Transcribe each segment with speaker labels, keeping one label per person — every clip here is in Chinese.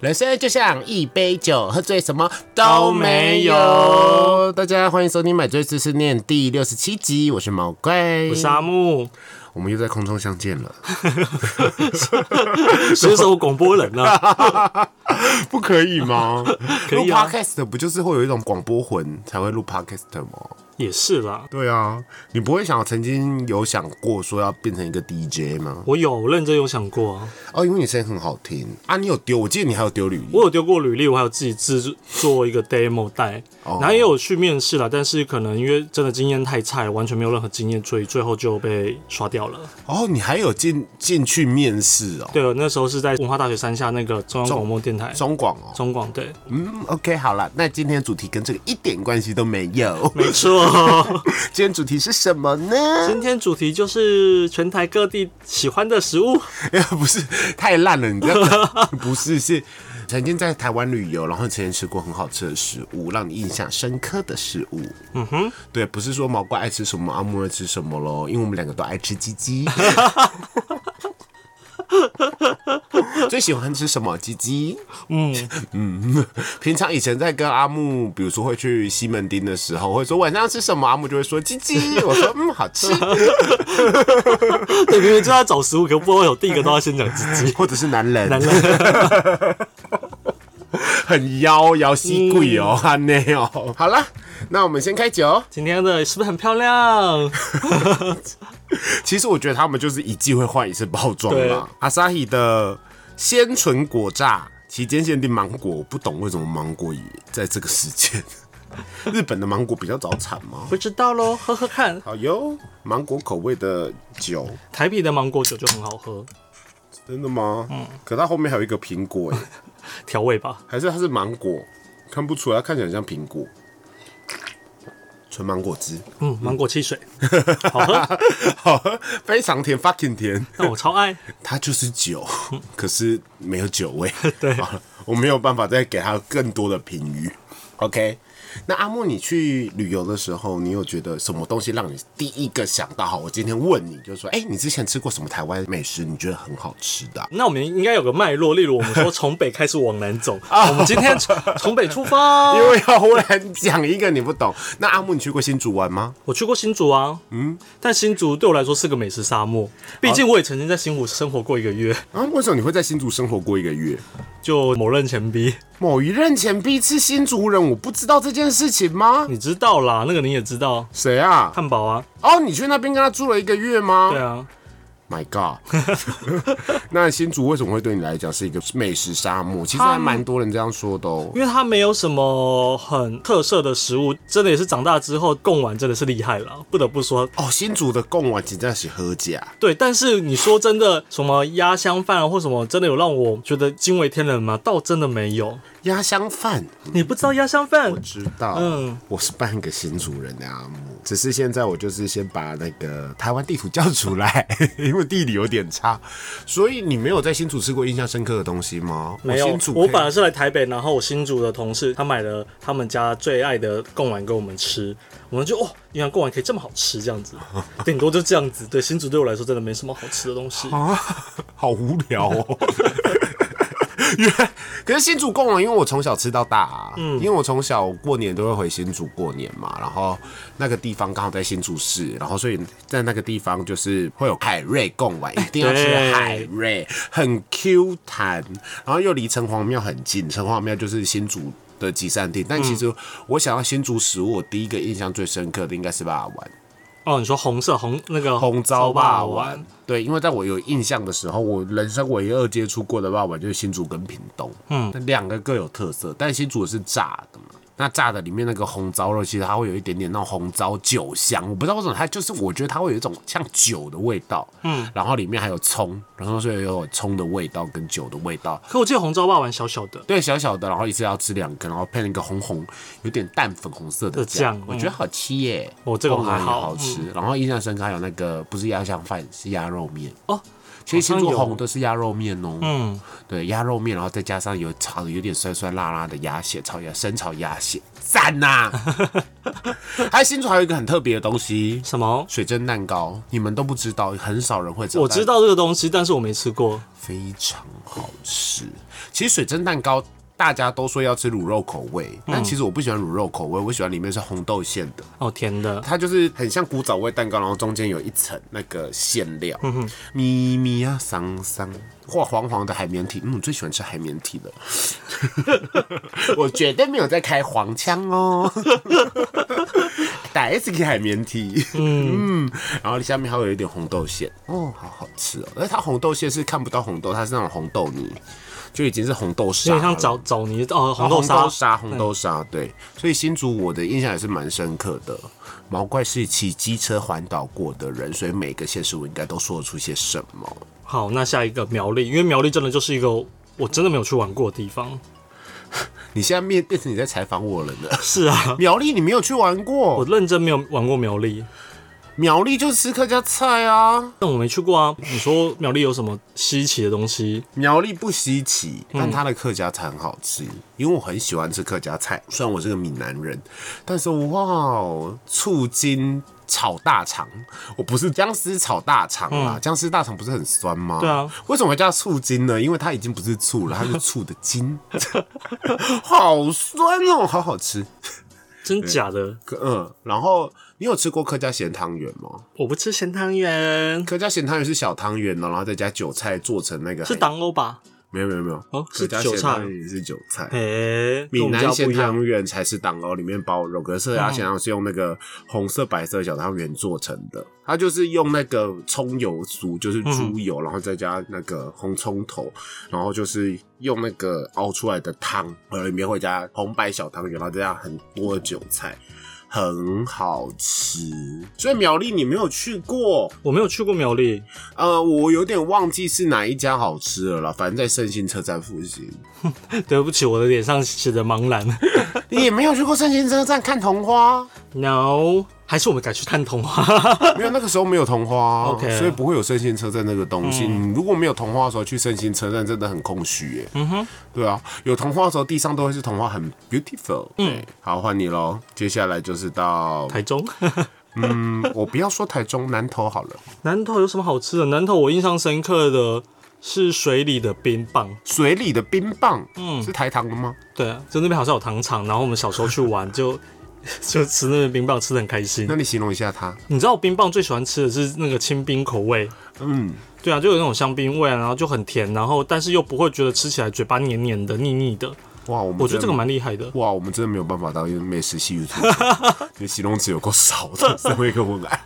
Speaker 1: 人生就像一杯酒，喝醉什么
Speaker 2: 都
Speaker 1: 都
Speaker 2: 没
Speaker 1: 没
Speaker 2: 有
Speaker 1: 有。大家欢迎收听《买醉碎碎念》第六十七集，我是毛怪，
Speaker 2: 我是阿 木，
Speaker 1: 我们又在空中相见了，
Speaker 2: 水手广播人啊，
Speaker 1: 不可以 吗？
Speaker 2: 可以
Speaker 1: 录
Speaker 2: 啊
Speaker 1: podcast 不就是会有一种广播魂才会录 podcast 吗？
Speaker 2: 也是啦。
Speaker 1: 对啊，你不会想曾经有想过说要变成一个 DJ 吗？
Speaker 2: 我有认真有想过啊，
Speaker 1: 哦，因为你声音很好听啊，你有丢，我记得你还有丢履历
Speaker 2: 我有丢过履历，我还有自己制作一个 demo 带，
Speaker 1: 哦
Speaker 2: 然后也有去面试啦，但是可能因为真的经验太菜，完全没有任何经验，所以最后就被刷掉了。
Speaker 1: 哦，你还有进进去面试哦，
Speaker 2: 对，我那时候是在文化大学山下那个中央广播电台。
Speaker 1: 中广哦，
Speaker 2: 中广对，
Speaker 1: 嗯，OK，好了，那今天的主题跟这个一点关系都没有。
Speaker 2: 没错。
Speaker 1: 今天主题是什么呢？
Speaker 2: 今天主题就是全台各地喜欢的食物，
Speaker 1: 不是太烂了，你知道？不是，是曾经在台湾旅游，然后曾经吃过很好吃的食物，让你印象深刻的食物。嗯哼，对，不是说毛怪爱吃什么，阿木爱吃什么喽，因为我们两个都爱吃鸡 鸡。最喜欢吃什么？鸡鸡。嗯，平常以前在跟阿木，比如说会去西门町的时候，会说晚上吃什么，阿木就会说鸡鸡。我说嗯，好 吃，
Speaker 2: 对，明明就在找食物，可不会有第一个都要先讲自己。
Speaker 1: 或者是男人，
Speaker 2: 男人
Speaker 1: 很妖妖西贵哦，安内哦。好了，那我们先开酒。
Speaker 2: 今天的是不是很漂亮？
Speaker 1: 其实我觉得他们就是一季会换一次包装
Speaker 2: 对
Speaker 1: 啦。阿萨希的鲜纯果榨期间限定芒果，我不懂为什么芒果也在这个时 间。日本的芒果比较早产吗？
Speaker 2: 不知道喽，喝喝看。
Speaker 1: 好哟，芒果口味的酒，
Speaker 2: 台啤的芒果酒就很好喝，
Speaker 1: 真的吗？嗯。可它后面还有一个苹果 耶，
Speaker 2: 调味吧。
Speaker 1: 还是它是芒果？看不出来，它看起来很像苹果。纯芒果汁，
Speaker 2: 嗯，芒果汽水，好喝。
Speaker 1: 好喝，非常甜，fucking 甜。
Speaker 2: 那我超爱。
Speaker 1: 它就是 酒，可是没有酒味。对，好了，我没有办法再给它更多的评语。OK，那阿莫，你去旅游的时候，你有觉得什么东西让你第一个想到？好，我今天问你，就是说，哎、你之前吃过什么台湾美食？你觉得很好吃的啊、
Speaker 2: 那我们应该有个脉络，例如我们说从北开始往南走，我们今天从 从北出发。
Speaker 1: 因为要忽然讲一个你不懂，那阿木，你去过新竹玩吗？
Speaker 2: 我去过新竹啊，嗯，但新竹对我来说是个美食沙漠，毕竟我也曾经在新竹生活过一个月，
Speaker 1: 啊，为什么你会在新竹生活过一个月？
Speaker 2: 就某任前逼，
Speaker 1: 某一任前必吃新竹人，我不知道这件事情吗？
Speaker 2: 你知道啦，那个你也知道，
Speaker 1: 谁啊？
Speaker 2: 汉堡啊，
Speaker 1: 哦，你去那边跟他住了一个月吗？
Speaker 2: 对啊，
Speaker 1: My God，那新竹为什么会对你来讲是一个美食沙漠？其实还蛮多人这样说的哦。
Speaker 2: 因为它没有什么很特色的食物，真的也是长大之后贡丸真的是厉害了，不得不说，
Speaker 1: 哦，新竹的贡丸真的是喝假，
Speaker 2: 对，但是你说真的，什么鸭香饭啊或什么，真的有让我觉得惊为天人吗？倒真的没有。
Speaker 1: 鸭香饭
Speaker 2: 你不知道鸭香饭？
Speaker 1: 知道，
Speaker 2: 嗯
Speaker 1: 我是半个新竹人的阿木，只是现在我就是先把那个台湾地图叫出来， 因为地理有点差，所以你没有在新竹吃过印象深刻的东西吗？
Speaker 2: 没有
Speaker 1: 新，竹
Speaker 2: 我
Speaker 1: 可以
Speaker 2: 本来是来台北，然后我新竹的同事他买了他们家最爱的贡丸给我们吃，我们就哦，原来贡丸可以这么好吃，这 样子，顶多就这样子。对，新竹对我来说真的没什么好吃的东西。
Speaker 1: 啊， 好无聊哦。 原来，可是新竹贡丸，因为我从小吃到大、啊，嗯，因为我从小过年都会回新竹过年嘛，然后那个地方刚好在新竹市，然后所以在那个地方就是会有海瑞贡丸，一定要吃
Speaker 2: 对
Speaker 1: 海瑞，很 Q 弹，然后又离城隍庙很近，城隍庙就是新竹。的集散地，但其实我想要新竹食物，我第一个印象最深刻的应该是霸丸。
Speaker 2: 哦，你说红色红那个
Speaker 1: 红糟霸
Speaker 2: 霸
Speaker 1: 丸，，对，因为在我有印象的时候，我人生唯一二接触过的霸丸就是新竹跟屏东，嗯，那两个各有特色，但新竹的是炸的嘛。那炸的里面那个红糟肉，其实它会有一点点那种红糟酒香，我不知道为什么它就是，我觉得它会有一种像酒的味道，嗯，然后里面还有葱，然后所以有葱的味道跟酒的味道，
Speaker 2: 可我记得红糟霸丸小小的，
Speaker 1: 对，小小的，然后一次要吃两根，然后配那个红红，有点淡粉红色的
Speaker 2: 的
Speaker 1: 酱，
Speaker 2: 酱嗯
Speaker 1: 我觉得好吃耶。
Speaker 2: 哦这个我
Speaker 1: 还
Speaker 2: 还好
Speaker 1: 好吃。然后印象深刻还有那个不是鸭香饭，是鸭肉面。
Speaker 2: 哦，
Speaker 1: 其实新
Speaker 2: 好
Speaker 1: 竹
Speaker 2: 像有
Speaker 1: 红的是鸭肉面哦、
Speaker 2: 嗯，
Speaker 1: 对，鸭肉面，然后再加上有炒的有点酸酸辣辣的鸭血，炒鸭生炒鸭血，赞呐、 还有新竹还有一个很特别的东西，
Speaker 2: 什么？
Speaker 1: 水蒸蛋糕，你们都不知道，很少人会知道。
Speaker 2: 我知，道这个东西，但是我没吃过。
Speaker 1: 非常好吃。其实水蒸蛋糕大家都说要吃卤肉口味，但其实我不喜欢卤肉口味，我喜欢里面是红豆馅的。
Speaker 2: 哦，甜的，
Speaker 1: 它就是很像古早味蛋糕，然后中间有一层那个馅料，
Speaker 2: 嗯
Speaker 1: 咪咪啊桑桑，或黄黄的海绵体，嗯，我最喜欢吃海绵体了， 我绝对没有在开黄腔哦， 打 S K 海绵体，嗯，然后下面还会有一点红豆馅，哦，好好吃哦，而且它红豆馅是看不到红豆，它是那种红豆泥，就已经是红豆
Speaker 2: 有
Speaker 1: 沙
Speaker 2: 点
Speaker 1: 了，
Speaker 2: 像枣枣泥哦，红
Speaker 1: 红
Speaker 2: 豆
Speaker 1: 豆
Speaker 2: 沙。
Speaker 1: 沙，红豆沙，对，所以新竹我的印象也是蛮深刻的。毛怪是骑机车环岛过的人，所以每个县市我应该都说得出些什么。
Speaker 2: 好，那下一个苗栗，因为苗栗真的就是一个我真的没有去玩过的地方。
Speaker 1: 你现在面变成你在采访我了呢？
Speaker 2: 是啊，
Speaker 1: 苗栗你没有去玩
Speaker 2: 我
Speaker 1: 过，
Speaker 2: 认真没有玩过苗栗，
Speaker 1: 苗栗就是吃客家菜啊。
Speaker 2: 但我没去过啊。你说苗栗有什么稀奇的东西？
Speaker 1: 苗栗不稀奇，
Speaker 2: 嗯
Speaker 1: 但它的客家菜很好吃，因为我很喜欢吃客家菜。虽然我是个闽南人，但是哇哦，醋筋炒大肠，我不是姜丝炒大肠啦，姜丝大肠不是很酸吗？
Speaker 2: 嗯对啊，
Speaker 1: 为什么叫醋筋呢？因为它已经不是醋 了，它是醋的筋， 好酸哦，好好吃。
Speaker 2: 真假的？
Speaker 1: 可嗯，然后你有吃过客家咸汤圆吗？
Speaker 2: 我不吃咸汤圆，
Speaker 1: 客家咸汤圆是小汤圆哦，然后再加韭菜做成那个
Speaker 2: 是
Speaker 1: 海，
Speaker 2: 党欧吧？
Speaker 1: 没有没有没有，
Speaker 2: 哦
Speaker 1: 客家
Speaker 2: 是韭
Speaker 1: 咸
Speaker 2: 菜
Speaker 1: 汤圆也是韭菜。
Speaker 2: 诶，跟我
Speaker 1: 闽
Speaker 2: 们
Speaker 1: 南
Speaker 2: 家
Speaker 1: 咸
Speaker 2: 不一样。
Speaker 1: 汤圆才是党哦，里面包肉，可是它咸汤是用那个红色、白色的小汤圆做成的，它就是用那个葱油酥，就是猪油，
Speaker 2: 嗯
Speaker 1: 然后再加那个红葱头，然后就是用那个熬出来的汤，然后里面会加红白小汤圆，然后再加很多的韭菜。很好吃，所以苗栗你没有去过，
Speaker 2: 我没有去过苗栗，
Speaker 1: 呃，我有点忘记是哪一家好吃了啦，反正在圣心车站附近。
Speaker 2: 呃对不起，我的脸上写着茫然。
Speaker 1: 你也没有去过圣心车站看桐花，
Speaker 2: no，还是我们改去啊看 童话。
Speaker 1: 没有，那个时候没有桐花
Speaker 2: OK 嗯
Speaker 1: 所以不会有圣心车站那个东西。你如果没有桐花的时候去圣心车站，真的很空虚耶。嗯哼，对啊，有桐花的时候，地上都会是桐花，很 beautiful。嗯，好，换你喽。接下来就是到，
Speaker 2: 台中
Speaker 1: 嗯，我不要说台中南投好了，
Speaker 2: 南头有什么好吃的？南头我印象深刻的是水里的冰棒，
Speaker 1: 水里的冰棒，嗯，是台糖的吗？
Speaker 2: 对啊，就那边好像有糖厂，然后我们小时候去 玩就。就吃那个冰棒，吃的很开心
Speaker 1: 那。你形容一下它。
Speaker 2: 你知道我冰棒最喜欢吃的是那个清冰口味，
Speaker 1: 嗯，
Speaker 2: 对啊，就有那种香槟味啊，然后就很甜，然后但是又不会觉得吃起来嘴巴黏黏的、腻腻的。
Speaker 1: 哇，我们
Speaker 2: 我觉得
Speaker 1: 真
Speaker 2: 这个
Speaker 1: 的。
Speaker 2: 蛮厉害的。
Speaker 1: 哇，我们真的没有办法当美食系 y o 你形容词有够少的，身为一个文案。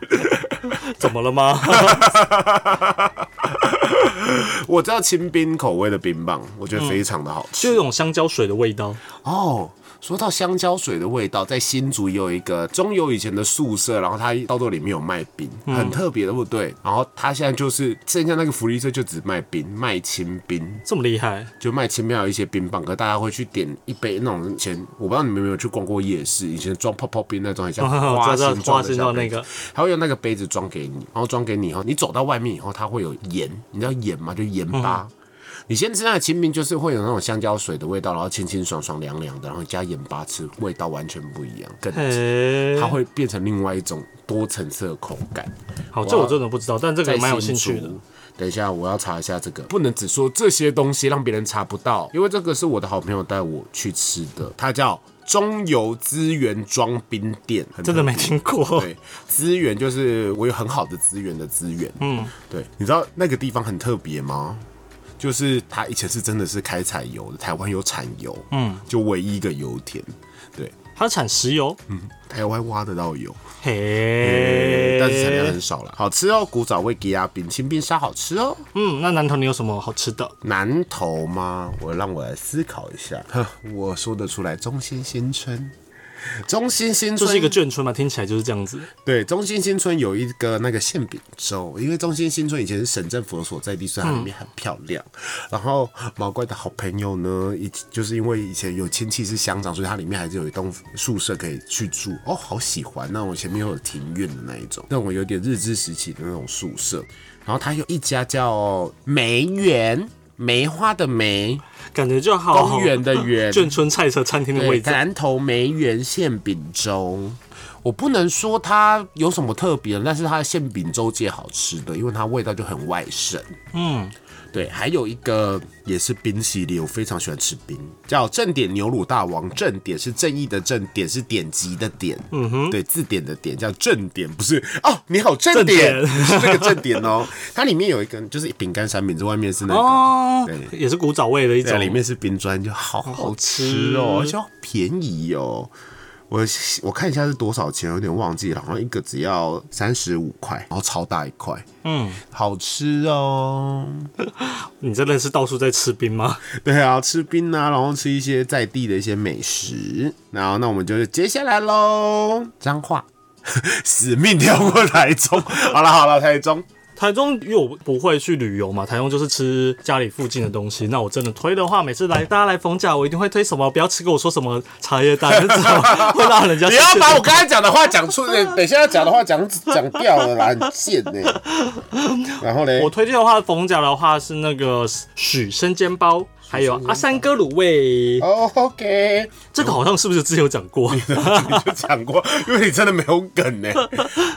Speaker 2: 怎么了吗？
Speaker 1: 我知道清冰口味的冰棒，我觉得非常的好吃。
Speaker 2: 就有一种香蕉水的味道。
Speaker 1: 哦，说到香蕉水的味道，在新竹也有一个中友以前的宿舍，然后它到这里面有卖冰，很特别，对不对？然后它现在就是剩下那个福利社就只卖冰，卖清冰，
Speaker 2: 这么厉害，
Speaker 1: 就卖清冰还有一些冰棒，可大家会去点一杯那种以前我不知道你们有没有去逛过夜市，以前装泡泡冰那种很像
Speaker 2: 哦我
Speaker 1: 花
Speaker 2: 知道
Speaker 1: 形状
Speaker 2: 花
Speaker 1: 的
Speaker 2: 心
Speaker 1: 小
Speaker 2: 到
Speaker 1: 杯
Speaker 2: 那
Speaker 1: 子
Speaker 2: 个，
Speaker 1: 他会用那个杯子装给你，然后装给你以后，你走到外面以后，它会有盐，你知道盐吗？就盐
Speaker 2: 嗯
Speaker 1: 巴。你先吃那个清明，就是会有那种香蕉水的味道，然后清清爽爽、凉凉的，然后加盐巴吃，味道完全不一样，更
Speaker 2: 诶、
Speaker 1: 它会变成另外一种多层次的口感。
Speaker 2: 好，这我真的不知道，但这个
Speaker 1: 在
Speaker 2: 蛮有兴
Speaker 1: 新
Speaker 2: 趣的
Speaker 1: 竹。等一下，我要查一下这个，不能只说这些东西让别人查不到，因为这个是我的好朋友带我去吃的，它叫中油资源装冰店，很
Speaker 2: 真的
Speaker 1: 特
Speaker 2: 没
Speaker 1: 别
Speaker 2: 听过，
Speaker 1: 对，资源就是我有很好的资源的资源。嗯，对，你知道那个地方很特别吗？就是它以前是真的是开采油的，台湾有产油，嗯，就唯一一个油田，对，
Speaker 2: 它产石油，
Speaker 1: 台湾挖得到油，
Speaker 2: 嘿，
Speaker 1: 嗯但是产量很少了。好吃哦，古早味吉亚饼、清冰沙好吃哦。
Speaker 2: 嗯，那南头你有什么好吃的？
Speaker 1: 南投吗？我让我来思考一下，我说得出来中心新村。中心新
Speaker 2: 就
Speaker 1: 村
Speaker 2: 是一个眷村嘛，听起来就是这样子。
Speaker 1: 对，中心新村有一个那个馅饼粥，因为中心新村以前是省政府的所在地，所以它里面很漂亮。然后毛怪的好朋友呢，以就是因为以前有亲戚是乡长，所以它里面还是有一栋宿舍可以去住。哦，好喜欢那种前面又有庭院的那一种，那种有点日治时期的那种宿舍。然后它有一家叫梅园，梅花的梅，
Speaker 2: 感觉就好
Speaker 1: 公园的园，
Speaker 2: 眷村菜车餐厅的
Speaker 1: 对，
Speaker 2: 位置，
Speaker 1: 南投梅园馅饼粥，我不能说它有什么特别的，但是它的馅饼粥界好吃的，因为它味道就很外省。
Speaker 2: 嗯，
Speaker 1: 对，还有一个也是冰系列，我非常喜欢吃冰，叫正点牛乳大王。正点是正义的正，点是典籍的典，嗯哼，对，字典的典叫正点，不是哦，你好正点，
Speaker 2: 正典
Speaker 1: 是那个正点哦。它里面有一个就是饼干三明治，外面是那个。
Speaker 2: 哦，
Speaker 1: 对
Speaker 2: 也是古早味的一
Speaker 1: 在
Speaker 2: 种。
Speaker 1: 里面是冰砖，就好好吃哦，
Speaker 2: 好吃
Speaker 1: 而且好便宜哦。我我看一下是多少钱，有点忘记了，好像一个只要三十五块，然后超大一块，
Speaker 2: 嗯，
Speaker 1: 好吃哦。
Speaker 2: 你真的是到处在吃冰吗？
Speaker 1: 对啊，吃冰啊，然后吃一些在地的一些美食。然后那我们就接下来喽，彰 化，死命跳过台中。 好了好了，台中
Speaker 2: 台中，因为我不会去旅游嘛，台中就是吃家里附近的东西。那我真的推的话，每次来大家来逢甲，我一定会推什么？不要吃跟我说什么茶叶蛋，这 种会让人家
Speaker 1: 你要把我刚才讲的话讲出，等一下要讲的话讲讲掉了啦，很贱呢、然后嘞，
Speaker 2: 我推荐的话，逢甲的话是那个许生煎包，还有阿三哥卤 味，
Speaker 1: 哦 OK，
Speaker 2: 这个好像是不是之前有讲 过？
Speaker 1: 你就讲过，因为你真的没有梗 呢、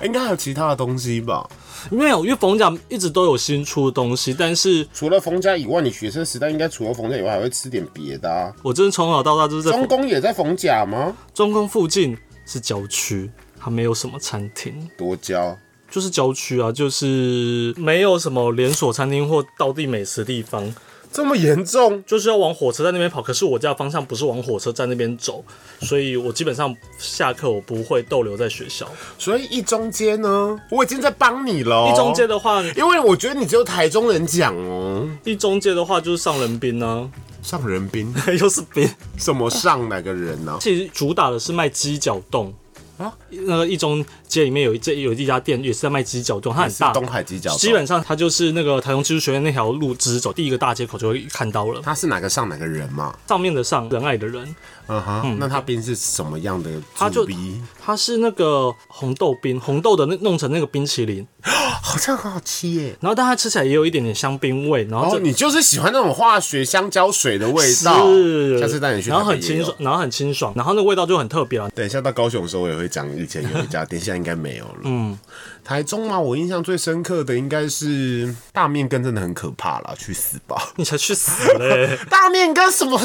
Speaker 1: 应该还有其他的东西吧？
Speaker 2: 没有，因为逢甲一直都有新出的东西，但是
Speaker 1: 除了冯家以外，你学生时代应该除了冯家以外，还会吃点别的啊。
Speaker 2: 我真的从小到大就是在
Speaker 1: 中工也在冯甲吗？
Speaker 2: 中宫附近是郊区，它没有什么餐厅，
Speaker 1: 多焦，
Speaker 2: 就是郊区啊，就是没有什么连锁餐厅或道地美食地方，
Speaker 1: 这么严重？
Speaker 2: 就是要往火车站那边跑。可是我家的方向不是往火车站那边走，所以我基本上下课我不会逗留在学校。
Speaker 1: 所以一中街呢，我已经在帮你了哦。
Speaker 2: 一中街的话，
Speaker 1: 因为我觉得你只有台中人讲哦，
Speaker 2: 啊一中街的话就是上人冰啊，
Speaker 1: 上人 兵
Speaker 2: 又是冰。
Speaker 1: 什么上哪个人啊呢、
Speaker 2: 其实主打的是卖鸡脚冻
Speaker 1: 啊
Speaker 2: 啊，那个一中街里面有一这有一家店也是在卖鸡脚冻，它很
Speaker 1: 是
Speaker 2: 大，
Speaker 1: 东海鸡脚，
Speaker 2: 基本上它就是那个台中技术学院那条路直走第一个大街口就会看到了，
Speaker 1: 他是哪个上哪个人嘛？
Speaker 2: 上面的上仁爱的人，
Speaker 1: 嗯哼，那他兵是什么样的？
Speaker 2: 他就
Speaker 1: 逼，
Speaker 2: 它是那个红豆冰，红豆的那弄成那个冰淇淋，
Speaker 1: 好像很好吃耶。
Speaker 2: 然后但它吃起来也有一点点香槟味，然后
Speaker 1: 哦，
Speaker 2: 这。
Speaker 1: 你就是喜欢那种化学香蕉水的味道。
Speaker 2: 是，
Speaker 1: 下次带你去。
Speaker 2: 然后很清爽。，然后很清爽，然后那个味道就很特别啊。
Speaker 1: 等一下到高雄的时候，我也会讲以前有一家店，现在应该没有了。嗯，台中嘛，我印象最深刻的应该是大面羹，真的很可怕啦，去死 吧！
Speaker 2: 你才去死嘞！
Speaker 1: 大面羹什么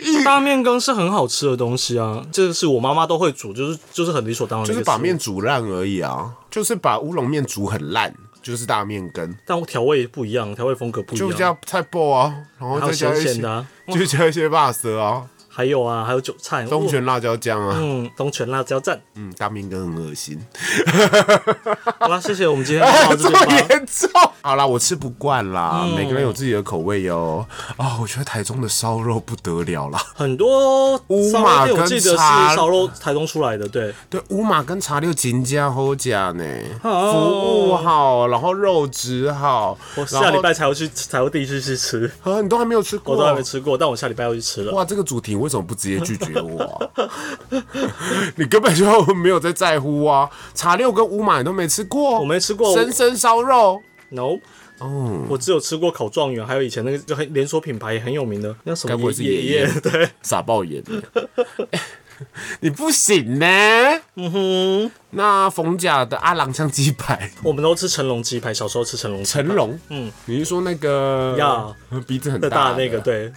Speaker 1: 意？
Speaker 2: 大面羹是很好吃的东西啊，这是我妈妈都会煮，就是 就是很理所当然的
Speaker 1: 就
Speaker 2: 一
Speaker 1: 是
Speaker 2: 个
Speaker 1: 把
Speaker 2: 食物
Speaker 1: 面煮烂而已啊，就是把乌龙面煮很烂，就是大面羹，
Speaker 2: 但调味不一样，调味风格不一
Speaker 1: 就
Speaker 2: 样，
Speaker 1: 加菜爆啊，然后
Speaker 2: 还
Speaker 1: 再加
Speaker 2: 有
Speaker 1: 一
Speaker 2: 咸
Speaker 1: 些
Speaker 2: 咸的，啊、
Speaker 1: 就加一些辣丝啊，
Speaker 2: 还有啊，还有韭菜，
Speaker 1: 东
Speaker 2: 哇
Speaker 1: 泉辣椒酱啊，
Speaker 2: 嗯，东泉辣椒 站。
Speaker 1: 嗯，大面羹很恶心。
Speaker 2: 好啦，谢谢，我们 今天就 哎到这
Speaker 1: 这
Speaker 2: 边
Speaker 1: 么
Speaker 2: 吧。
Speaker 1: 严重？好啦，我吃不惯啦，
Speaker 2: 嗯
Speaker 1: 每个人有自己的口味哟。啊，我觉得台中的烧肉不得了啦，
Speaker 2: 很多
Speaker 1: 乌
Speaker 2: 烧
Speaker 1: 马
Speaker 2: 肉店
Speaker 1: 跟
Speaker 2: 我记得是
Speaker 1: 茶
Speaker 2: 烧肉台东出来的，对，
Speaker 1: 对，乌马跟茶六金家好假呢，
Speaker 2: 哦
Speaker 1: 服务好，然后肉质好，
Speaker 2: 我
Speaker 1: 然
Speaker 2: 下
Speaker 1: 后
Speaker 2: 礼拜才要去，才会第一次去吃，
Speaker 1: 啊，你都还没有吃过，
Speaker 2: 我都还没吃过，但我下礼拜要去吃了。
Speaker 1: 哇，这个主题为什么不直接拒绝我啊、 你根本就没有在在乎啊！茶六跟乌马你都没吃过，
Speaker 2: 我没吃过
Speaker 1: 生生烧肉，
Speaker 2: No，哦，我只有吃过烤状元，还有以前那个就很连锁品牌也很有名的，那什
Speaker 1: 该不
Speaker 2: 么
Speaker 1: 会是
Speaker 2: 爷
Speaker 1: 爷爷
Speaker 2: 爷？ 对，
Speaker 1: 傻爆眼了。 你不行呢、
Speaker 2: 嗯哼，
Speaker 1: 那冯甲的阿郎香鸡排，
Speaker 2: 我们都吃成龙鸡排，小时候吃 成龙鸡
Speaker 1: 成龙，嗯，你是说那个
Speaker 2: 呀
Speaker 1: 鼻子很
Speaker 2: 排
Speaker 1: 大的
Speaker 2: 大那个，对，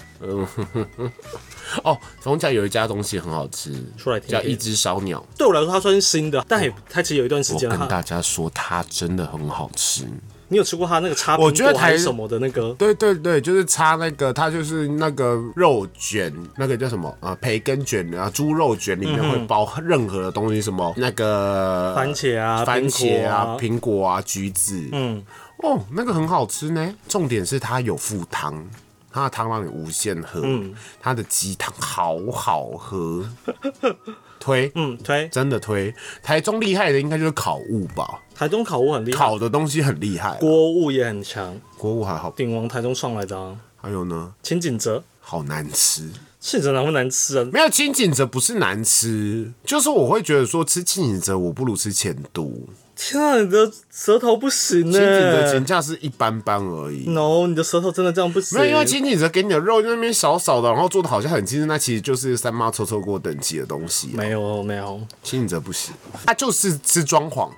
Speaker 1: 哦，冯甲有一家东西很好吃，
Speaker 2: 出来听
Speaker 1: 叫
Speaker 2: 听
Speaker 1: 一只烧鸟。
Speaker 2: 对我来说它算是新的，但也它其实有一段时
Speaker 1: 我
Speaker 2: 间
Speaker 1: 跟
Speaker 2: 了。它
Speaker 1: 大家说，它真的很好吃。
Speaker 2: 你有吃过它那个叉
Speaker 1: 我觉得
Speaker 2: 苹果还
Speaker 1: 台
Speaker 2: 是什么的那个？
Speaker 1: 对对对，就是插那个，它就是那个肉卷，那个叫什么啊？呃培根卷啊，猪肉卷里面会包任何的东西，什么那个
Speaker 2: 嗯番茄啊
Speaker 1: 番茄啊、
Speaker 2: 苹
Speaker 1: 苹果啊、橘子，嗯，哦，那个很好吃呢。重点是它有附汤。它的汤让你无限喝，它的鸡汤好好喝，推，
Speaker 2: 嗯，推
Speaker 1: 真的推。台中厉害的应该就是烤物吧，
Speaker 2: 台中烤物很厉害，
Speaker 1: 烤的东西很厉害啊、
Speaker 2: 锅物也很强，
Speaker 1: 国物还好，
Speaker 2: 鼎王台中上来的啊。
Speaker 1: 还有呢，
Speaker 2: 秦景泽，
Speaker 1: 好难吃。
Speaker 2: 秦景泽哪会难吃啊？
Speaker 1: 没有清景泽不是难吃，就是我会觉得说吃清景泽我不如吃前都，
Speaker 2: 天啊，你的舌头不行呢、
Speaker 1: 清景泽评价是一般般而已。
Speaker 2: No，你的舌头真的这样不行。
Speaker 1: 没有，因为清景泽给你的肉那边少少的，然后做的好像很精致，那其实就是三妈臭臭锅等级的东西、啊。
Speaker 2: 没有没有，
Speaker 1: 清景泽不行，他就是吃装潢。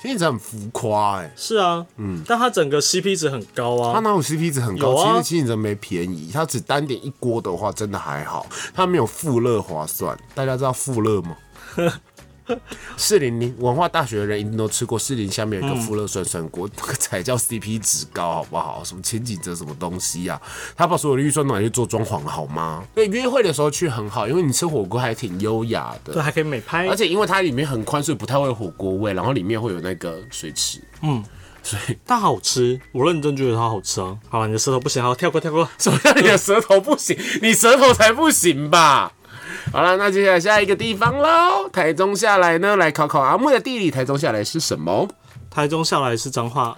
Speaker 1: 清景泽很浮夸哎、
Speaker 2: 是啊，嗯，但它整个 CP 值很高
Speaker 1: 他
Speaker 2: 啊。
Speaker 1: 哪有 CP 值很
Speaker 2: 有
Speaker 1: 高？
Speaker 2: 啊
Speaker 1: 其实清景泽没便宜，他只单点一锅的话真的还好，他没有富乐划算。大家知道富乐吗？士林林文化大学的人一定都吃过，士林下面有
Speaker 2: 嗯
Speaker 1: 一个富乐涮涮锅，那个才叫 CP 值高，好不好？什么前景泽什么东西呀、他把所有的预算拿去做装潢了，好吗？对，约会的时候去很好，因为你吃火锅还挺优雅的
Speaker 2: 对，。还可以美拍
Speaker 1: 而，且因为它里面很宽，所以不太会有火锅味，然后里面会有那个水池，
Speaker 2: 嗯，
Speaker 1: 所以
Speaker 2: 它好吃，我认真觉得它好吃啊。好了，你的舌头不行，好跳过 跳过。
Speaker 1: 什么叫你的舌头不行？你舌头才不行吧？好了，那接下来下一个地方喽。台中下来呢，来考考阿木的地理。台中下来是什么？
Speaker 2: 台中下来是彰化，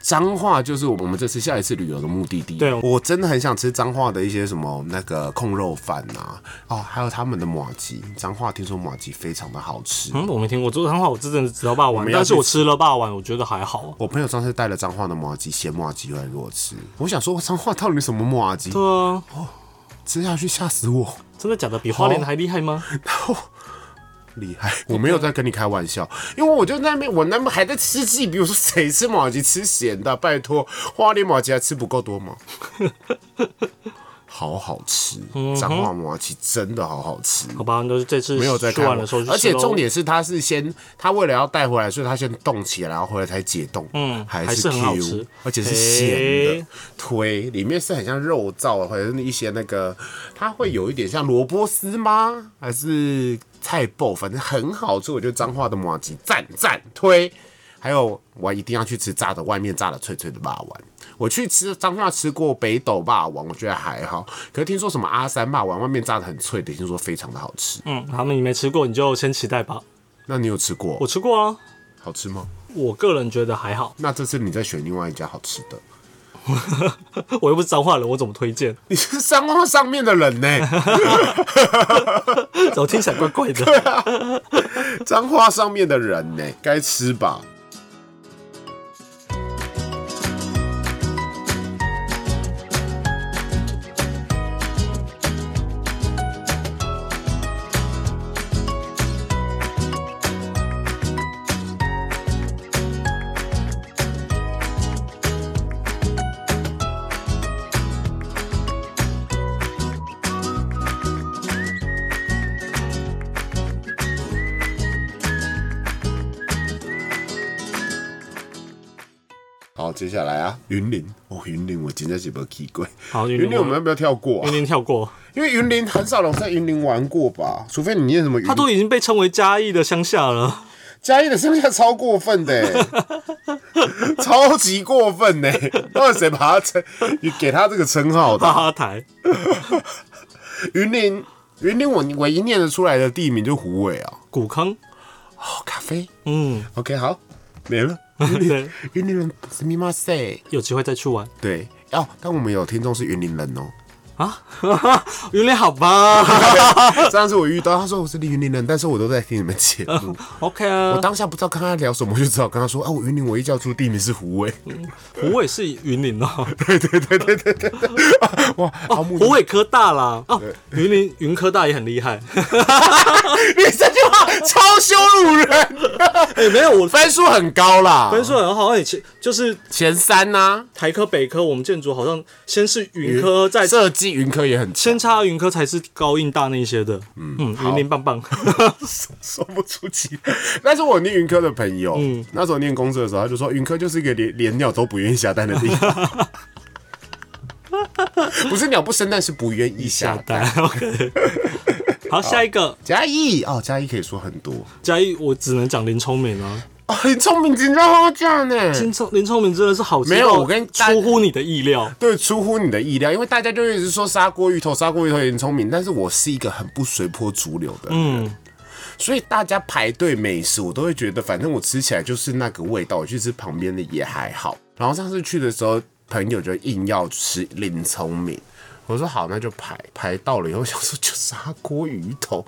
Speaker 1: 彰化就是我们这次下一次旅游的目的地。
Speaker 2: 对
Speaker 1: 我真的很想吃彰化的一些什么那个控肉饭呐、哦，还有他们的马吉。彰化听说马吉非常的好吃。
Speaker 2: 嗯，我没听过。这彰化我真的只知道霸王
Speaker 1: 们
Speaker 2: 丸，
Speaker 1: 要
Speaker 2: 但是
Speaker 1: 去
Speaker 2: 我啊吃了霸王丸，我觉得还好啊。
Speaker 1: 我朋友上次带了彰化的麻吉，咸麻吉来给我吃，我想说彰化到底什么麻吉？
Speaker 2: 对啊，
Speaker 1: 吃下去吓死我！
Speaker 2: 真的假的？比花莲还厉害吗？
Speaker 1: 厉害，我没有在跟你开玩笑，因为我就在那边，我那边还在吃鸡，比如说谁吃马吉吃咸的，拜托，花莲马吉还吃不够多吗？好好吃，彰化马吉真的好好吃，
Speaker 2: 好吧，那就是这次
Speaker 1: 没有在
Speaker 2: 去
Speaker 1: 开
Speaker 2: 玩
Speaker 1: 玩
Speaker 2: 的时
Speaker 1: 笑
Speaker 2: 候去吃咯，
Speaker 1: 而且重点是它是先，它为了要带回来，所以它先冻起来，然后回来才解冻，
Speaker 2: 嗯还
Speaker 1: 还
Speaker 2: 是
Speaker 1: 是
Speaker 2: 很好吃
Speaker 1: Q，而且是
Speaker 2: 诶
Speaker 1: 咸的，推里面是很像肉燥或者是一些那个，它会有一点像萝卜丝吗？还是菜爆？反正很好吃，我觉得彰化的麻吉赞赞推。还有，我一定要去吃炸的，外面炸的脆脆的霸王。我去吃彰化吃过北斗霸王，我觉得还好。可是听说什么阿三霸王，外面炸的很脆的，听说非常的好吃。
Speaker 2: 嗯，他们你没吃过，你就先期待吧。
Speaker 1: 那你有吃过
Speaker 2: 我？吃过啊，
Speaker 1: 好吃吗？
Speaker 2: 我个人觉得还好，
Speaker 1: 那这次你再选另外一家好吃的。
Speaker 2: 我又不是彰化人，我怎么推荐？
Speaker 1: 你是三光上面的人呢、
Speaker 2: 怎么听起来怪怪的？
Speaker 1: 脏话上面的人呢、该吃吧。好，接下来啊，云林哦，云林我今天是没去过。
Speaker 2: 好，云
Speaker 1: 云
Speaker 2: 林
Speaker 1: 林我们要不要跳过、啊
Speaker 2: 云？林跳过，
Speaker 1: 因为云林很少人在云林玩过吧，除非你念什么云
Speaker 2: 它。都已经被称为嘉义的乡下了。
Speaker 1: 嘉义的乡下超过分的、 欸，超级过分呢、欸！到底谁把他称，你给他这个称号的？
Speaker 2: 哈哈台，
Speaker 1: 云林，云林我唯一念得出来的地名就虎尾啊。
Speaker 2: 古坑，
Speaker 1: 哦，咖啡
Speaker 2: 嗯，
Speaker 1: ，OK，好，没了。
Speaker 2: 对，
Speaker 1: 云林人すみません。
Speaker 2: 有机会再去玩
Speaker 1: 对，哦，但我们有听众是云林人哦。
Speaker 2: 啊。云林好吧
Speaker 1: 上次我遇到他说我是云林人，但是我都在听你们节目。
Speaker 2: ，OK
Speaker 1: 我
Speaker 2: 啊。
Speaker 1: 当下不知道跟他聊什么，我就只好跟他说啊，我云林，我一叫出地名是胡伟。
Speaker 2: 虎尾是云林哦，
Speaker 1: 对对对对对对对，哇，阿木，
Speaker 2: 虎尾科大啦，哦，云林云科大也很厉害。
Speaker 1: 你这句话超羞辱人，
Speaker 2: 哎，没有，我
Speaker 1: 分数很高啦，
Speaker 2: 分数很好，而且就是
Speaker 1: 前三呐、
Speaker 2: 台科、北科，我们建筑好像先是云科，再
Speaker 1: 设计云科也很
Speaker 2: 先差云科才是高音大那一些的。嗯嗯，云林棒棒。
Speaker 1: 说不出其，但是我念云科的朋友，
Speaker 2: 嗯
Speaker 1: 那时候念公社的时候，他就说云科就是一个连连鸟都不愿意下蛋的地方。 不是鸟不生蛋，是不愿意下
Speaker 2: 下
Speaker 1: 蛋。
Speaker 2: 单。OK，好，下一个
Speaker 1: 嘉义哦，嘉义可以说很多
Speaker 2: 嘉义，我只能讲林聪明啊。
Speaker 1: 哦，很聪明，真的好讲呢。
Speaker 2: 林聪林聪明真的是好吃到，
Speaker 1: 没有我跟大
Speaker 2: 出乎你的意料。
Speaker 1: 对，出乎你的意料，因为大家就一直说砂锅鱼头，砂锅鱼头也很聪明，但是我是一个很不随波逐流的人，
Speaker 2: 嗯，
Speaker 1: 所以大家排队美食，我都会觉得反正我吃起来就是那个味道，我去吃旁边的也还好。然后上次去的时候，朋友就硬要吃林聪明。我说好，那就排排到了以后，想说就砂锅鱼头，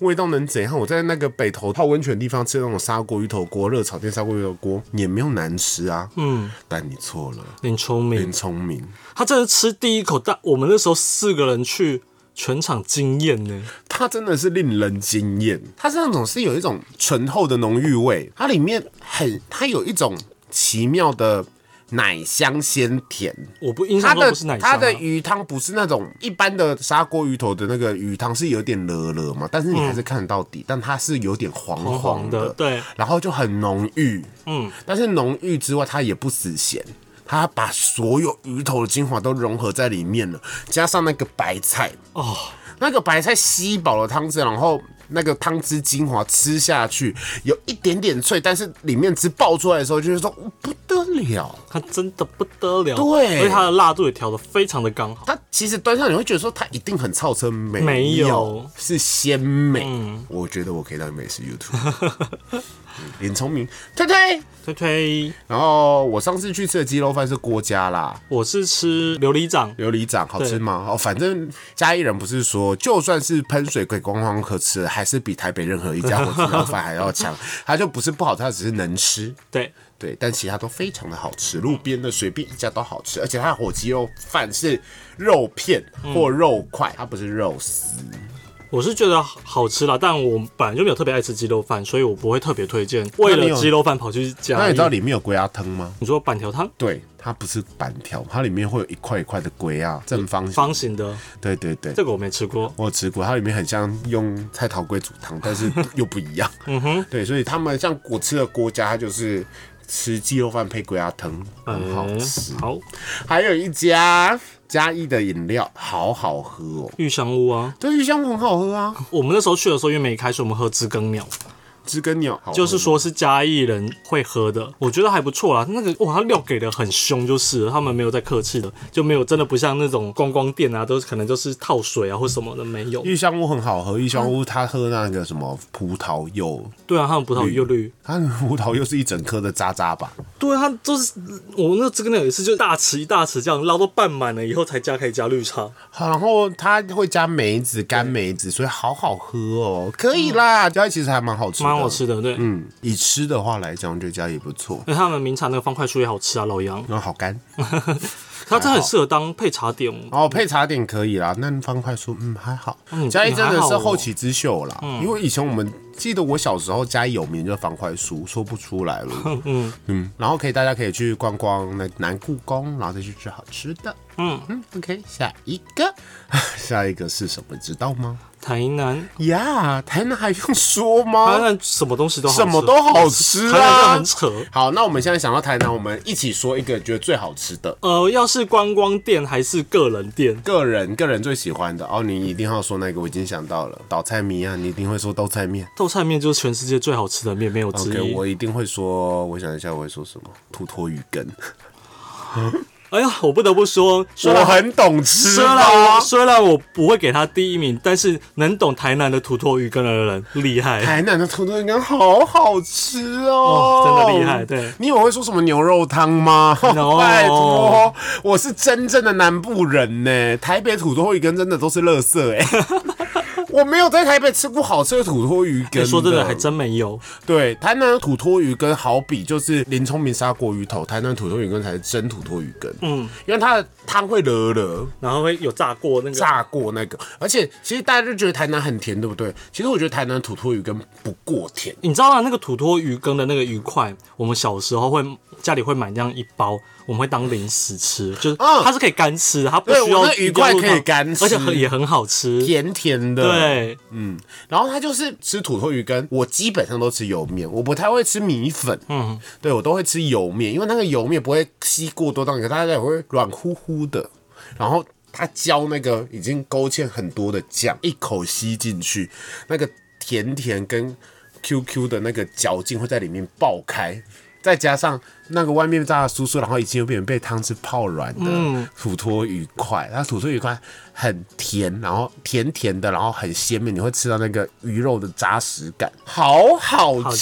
Speaker 1: 味道能怎样？我在那个北投泡温泉的地方吃那种砂锅鱼头锅，热炒店砂锅鱼头锅也没有难吃啊。嗯，但你错了，
Speaker 2: 林聪
Speaker 1: 很
Speaker 2: 明，
Speaker 1: 聪明，
Speaker 2: 他真的吃第一口，但我们那时候四个人去，全场惊艳呢。
Speaker 1: 它真的是令人惊艳。它是那种是有一种醇厚的浓郁味，它里面很，它有一种奇妙的奶香鲜甜。
Speaker 2: 我不印象
Speaker 1: 它
Speaker 2: 中
Speaker 1: 的
Speaker 2: 不是奶香、啊，
Speaker 1: 它的鱼汤不是那种一般的砂锅鱼头的那个鱼汤是有点了了嘛，但是你还是看得到底，但它是有点黄
Speaker 2: 黄嗯黄的
Speaker 1: 的，
Speaker 2: 对，
Speaker 1: 然后就很浓郁，嗯，但是浓郁之外它也不死咸。它把所有鱼头的精华都融合在里面了，加上那个白菜，
Speaker 2: 哦，
Speaker 1: 那个白菜吸饱了汤汁，然后那个汤汁精华吃下去，有一点点脆，但是里面汁爆出来的时候，就是说哦不得了。
Speaker 2: 它真的不得了，
Speaker 1: 对
Speaker 2: 而且它的辣度也调的非常的刚好。
Speaker 1: 它其实端上你会觉得说它一定很超车，没
Speaker 2: 没有嗯
Speaker 1: 是鲜美。我觉得我可以当美食 YouTube，嗯脸聪明，推推。
Speaker 2: 推推，
Speaker 1: 然后我上次去吃的鸡肉饭是郭家啦，
Speaker 2: 我是吃琉璃掌，
Speaker 1: 琉璃掌好吃吗？哦，反正嘉义人不是说，就算是喷水给观光客吃，还是比台北任何一 家火鸡肉饭还要强。它就不是不好吃，它只是能吃。
Speaker 2: 对，
Speaker 1: 对，但其他都非常的好吃，路边的随便一家都好吃，而且它的火鸡肉饭是肉片或肉块，它不是肉丝。
Speaker 2: 我是觉得好吃啦，但我本来就没有特别爱吃鸡肉饭，所以我不会特别推荐。为
Speaker 1: 那你
Speaker 2: 了
Speaker 1: 有
Speaker 2: 鸡肉饭跑去加，
Speaker 1: 那你知道里面有龟鸭汤吗？
Speaker 2: 你说板条汤
Speaker 1: 对，它不是板条，它里面会有一块一块的龟啊，正方形。
Speaker 2: 方形的，
Speaker 1: 对对对，
Speaker 2: 这个我没吃过。
Speaker 1: 我有吃过，它里面很像用菜桃龟煮汤，但是又不 一样。嗯哼，对，所以他们像我吃的郭家，它就是吃鸡肉饭配龟鸭汤，很好吃。
Speaker 2: 嗯好，
Speaker 1: 还有一家嘉义的饮料，好好喝哦。
Speaker 2: 玉香屋啊，
Speaker 1: 对，鱼香很好喝啊，
Speaker 2: 我们那时候去的时候因为没开，所以我们喝知更鸟，
Speaker 1: 知更鸟好喝
Speaker 2: 就是说是嘉义人会喝的，我觉得还不错啦。那个哇，它料给的很凶，就是了他们没有在客气的，就没有真的不像那种观光店啊，都可能就是套水啊或什么的没有。
Speaker 1: 玉香屋很好喝，玉香
Speaker 2: 嗯
Speaker 1: 屋它喝那个什么葡萄柚，
Speaker 2: 对啊，他们葡萄柚绿，
Speaker 1: 它的葡萄柚是一整颗的渣渣吧？
Speaker 2: 对啊，它就是我那知更鸟也是，就大匙一大匙这样捞到半满了以后才加可以加绿茶。
Speaker 1: 好然后它会加梅子、干梅子，所以好好喝哦，可以啦。嘉义其实还蛮好吃，
Speaker 2: 蛮好。吃的，对。
Speaker 1: 嗯，以吃的话来讲，我觉得嘉义不错。
Speaker 2: 那他们名产那个方块酥也好吃啊，老 杨，
Speaker 1: 然后好干，
Speaker 2: 它这很适合当配茶点。
Speaker 1: 哦，配茶点可以啦。那方块酥，嗯，还好
Speaker 2: 嗯。
Speaker 1: 嘉义真的
Speaker 2: 还好
Speaker 1: 是
Speaker 2: 哦
Speaker 1: 后起之秀啦，因为以前我们记得我小时候嘉义有名就是方块酥，说不出来了。
Speaker 2: 嗯
Speaker 1: 嗯，然后可以大家可以去逛逛那南故宫，然后再去吃好吃的。
Speaker 2: 嗯，
Speaker 1: 嗯，OK，下一个， 下一个是什么？知道吗？
Speaker 2: 台南，
Speaker 1: 呀、台南还用说
Speaker 2: 台
Speaker 1: 吗？
Speaker 2: 南什么东西都好
Speaker 1: 哦
Speaker 2: 吃
Speaker 1: 什么都好吃
Speaker 2: 台
Speaker 1: 啊！
Speaker 2: 南真的很扯。
Speaker 1: 好，那我们现在想到台南，我们一起说一个觉得最好吃的。
Speaker 2: 呃，要是观光店还是个人店，
Speaker 1: 个人个人最喜欢的哦，你一定要说那个，我已经想到了，倒菜米啊，你一定会说豆菜面。
Speaker 2: 豆菜面就是全世界最好吃的面，没有之一。
Speaker 1: OK，我一定会说，我想一下我会说什么，土托鱼羹。
Speaker 2: 哎呀，我不得不说，虽
Speaker 1: 我
Speaker 2: 然
Speaker 1: 很懂吃
Speaker 2: 虽然
Speaker 1: 吗
Speaker 2: 我？虽然我不会给他第一名，但是能懂台南的土托鱼羹的人厉害。
Speaker 1: 台南哎的土托鱼羹好好吃哦，
Speaker 2: 哦真的厉害对哦
Speaker 1: 你以为我会说什么牛肉汤 吗
Speaker 2: No
Speaker 1: 拜托，我是真正的南部人呢。台北土托鱼羹真的都是垃圾 哎，我没有在台北吃过好吃的土托鱼羹。
Speaker 2: 哎说真的，还真没有。
Speaker 1: 对，台南的土托鱼羹好比就是林聪明砂锅鱼头，台南土托鱼羹才是真土托鱼羹。嗯，因为它的汤会热热
Speaker 2: 然后会有炸过那个
Speaker 1: 炸过那个，而且其实大家就觉得台南很甜，对不对？其实我觉得台南土托鱼羹不过甜。
Speaker 2: 你知道吗？那个土托鱼羹的那个鱼块，我们小时候会家里会买那样一包，我们会当零食吃，就是
Speaker 1: 嗯
Speaker 2: 它是可以干吃的，它不
Speaker 1: 对
Speaker 2: 需要
Speaker 1: 我那鱼块可以干吃
Speaker 2: 而且很也很好吃。
Speaker 1: 甜甜的，，
Speaker 2: 对，
Speaker 1: 嗯，然后它就是吃土托鱼羹，我基本上都吃油面，我不太会吃米粉，嗯，对我都会吃油面，因为那个油面不会吸过多到你，它也会软乎乎的，然后它浇那个已经勾芡很多的酱，一口吸进去，那个甜甜跟 QQ 的那个嚼劲会在里面爆开，再加上那个外面炸的酥酥，然后已经有点被汤汁泡软的土托鱼块，它土托鱼块很甜，然后甜甜的，然后很鲜美，你会吃到那个鱼肉的扎实感，好好
Speaker 2: 好
Speaker 1: 吃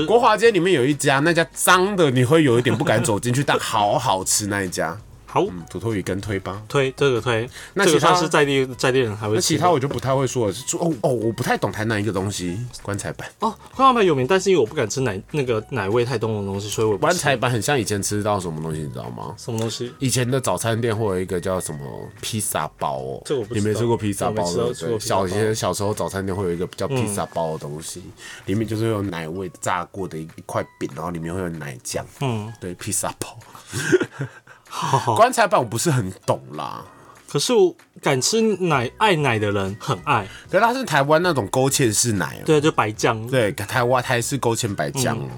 Speaker 2: 吃。
Speaker 1: 国华街里面有一家，那家脏的你会有一点不敢走进去，但好好吃那一 家。
Speaker 2: 好，
Speaker 1: 嗯，土托鱼跟推吧。
Speaker 2: 推这个推，
Speaker 1: 那
Speaker 2: 这
Speaker 1: 其
Speaker 2: 个
Speaker 1: 他
Speaker 2: 算是在地在地人还会
Speaker 1: 那
Speaker 2: 吃。
Speaker 1: 其他我就不太会说了，是说哦哦，我不太懂台南一个东西，棺材板。
Speaker 2: 哦，花花蛮有名，但是因为我不敢吃奶那个奶味太重的东西，所以我不
Speaker 1: 棺
Speaker 2: 吃
Speaker 1: 材板很像以前吃到什么东西，你知道吗？
Speaker 2: 什么东西。
Speaker 1: 以前的早餐店会有一个叫什么披萨包哦，
Speaker 2: 这我不知
Speaker 1: 你
Speaker 2: 道
Speaker 1: 没吃过披萨包
Speaker 2: 我没吃
Speaker 1: 对
Speaker 2: 过
Speaker 1: 不
Speaker 2: 吃过
Speaker 1: 对？
Speaker 2: 披萨包
Speaker 1: 小
Speaker 2: 嗯
Speaker 1: 以前小时候早餐店会有一个叫披萨包的东西，里面就是会有奶味炸过的一一块饼，然后里面会有奶酱。嗯，对，披萨包。棺材板我不是很懂啦，
Speaker 2: 可是我敢吃奶爱奶的人很爱，
Speaker 1: 可是它是台湾那种勾芡式奶哦、
Speaker 2: 对，就白酱。
Speaker 1: 对，台湾台式勾芡白酱哦，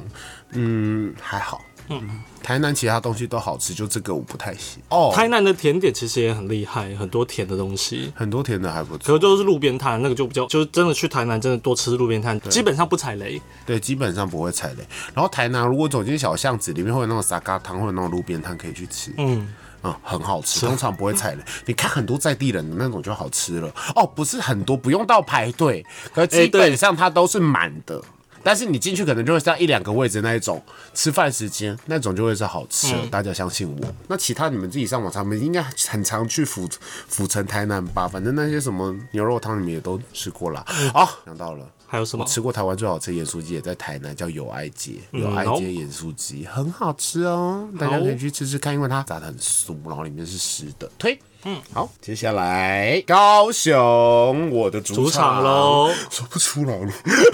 Speaker 1: 嗯还好，嗯，台南其他东西都好吃，就这个我不太行哦，
Speaker 2: 台南的甜点其实也很厉害，很多甜的东西。
Speaker 1: 很多甜的还不
Speaker 2: 可
Speaker 1: 错，
Speaker 2: 是就是路边摊那个就比较，就是真的去台南真的多吃路边摊，基本上不踩雷。
Speaker 1: 对，基本上不会踩雷。然后台南如果走进小巷子，里面会有那种沙嘎汤，会有那种路边摊可以去吃，嗯。嗯，很好吃，通常不会踩雷。你看很多在地人的那种就好吃了哦，不是很多，不用到排队，可基本
Speaker 2: 对
Speaker 1: 上它都是满的。但是你进去可能就会像一两个位置那一种，吃饭时间那种就会是好吃的，大家相信我。那其他你们自己上网查，你们应该很常去府府城、台南吧？反正那些什么牛肉汤你们也都吃过啦。好、想到了。
Speaker 2: 还有什么
Speaker 1: 我？吃过台湾最好吃的盐酥鸡，也在台南叫友爱街，友爱
Speaker 2: 嗯好
Speaker 1: 街盐酥鸡很好吃哦，大家可以去吃吃看，因为它炸的很酥，然后里面是湿的，推。嗯，好，接下来高雄，我的主
Speaker 2: 主场，喽。
Speaker 1: 说不出来了。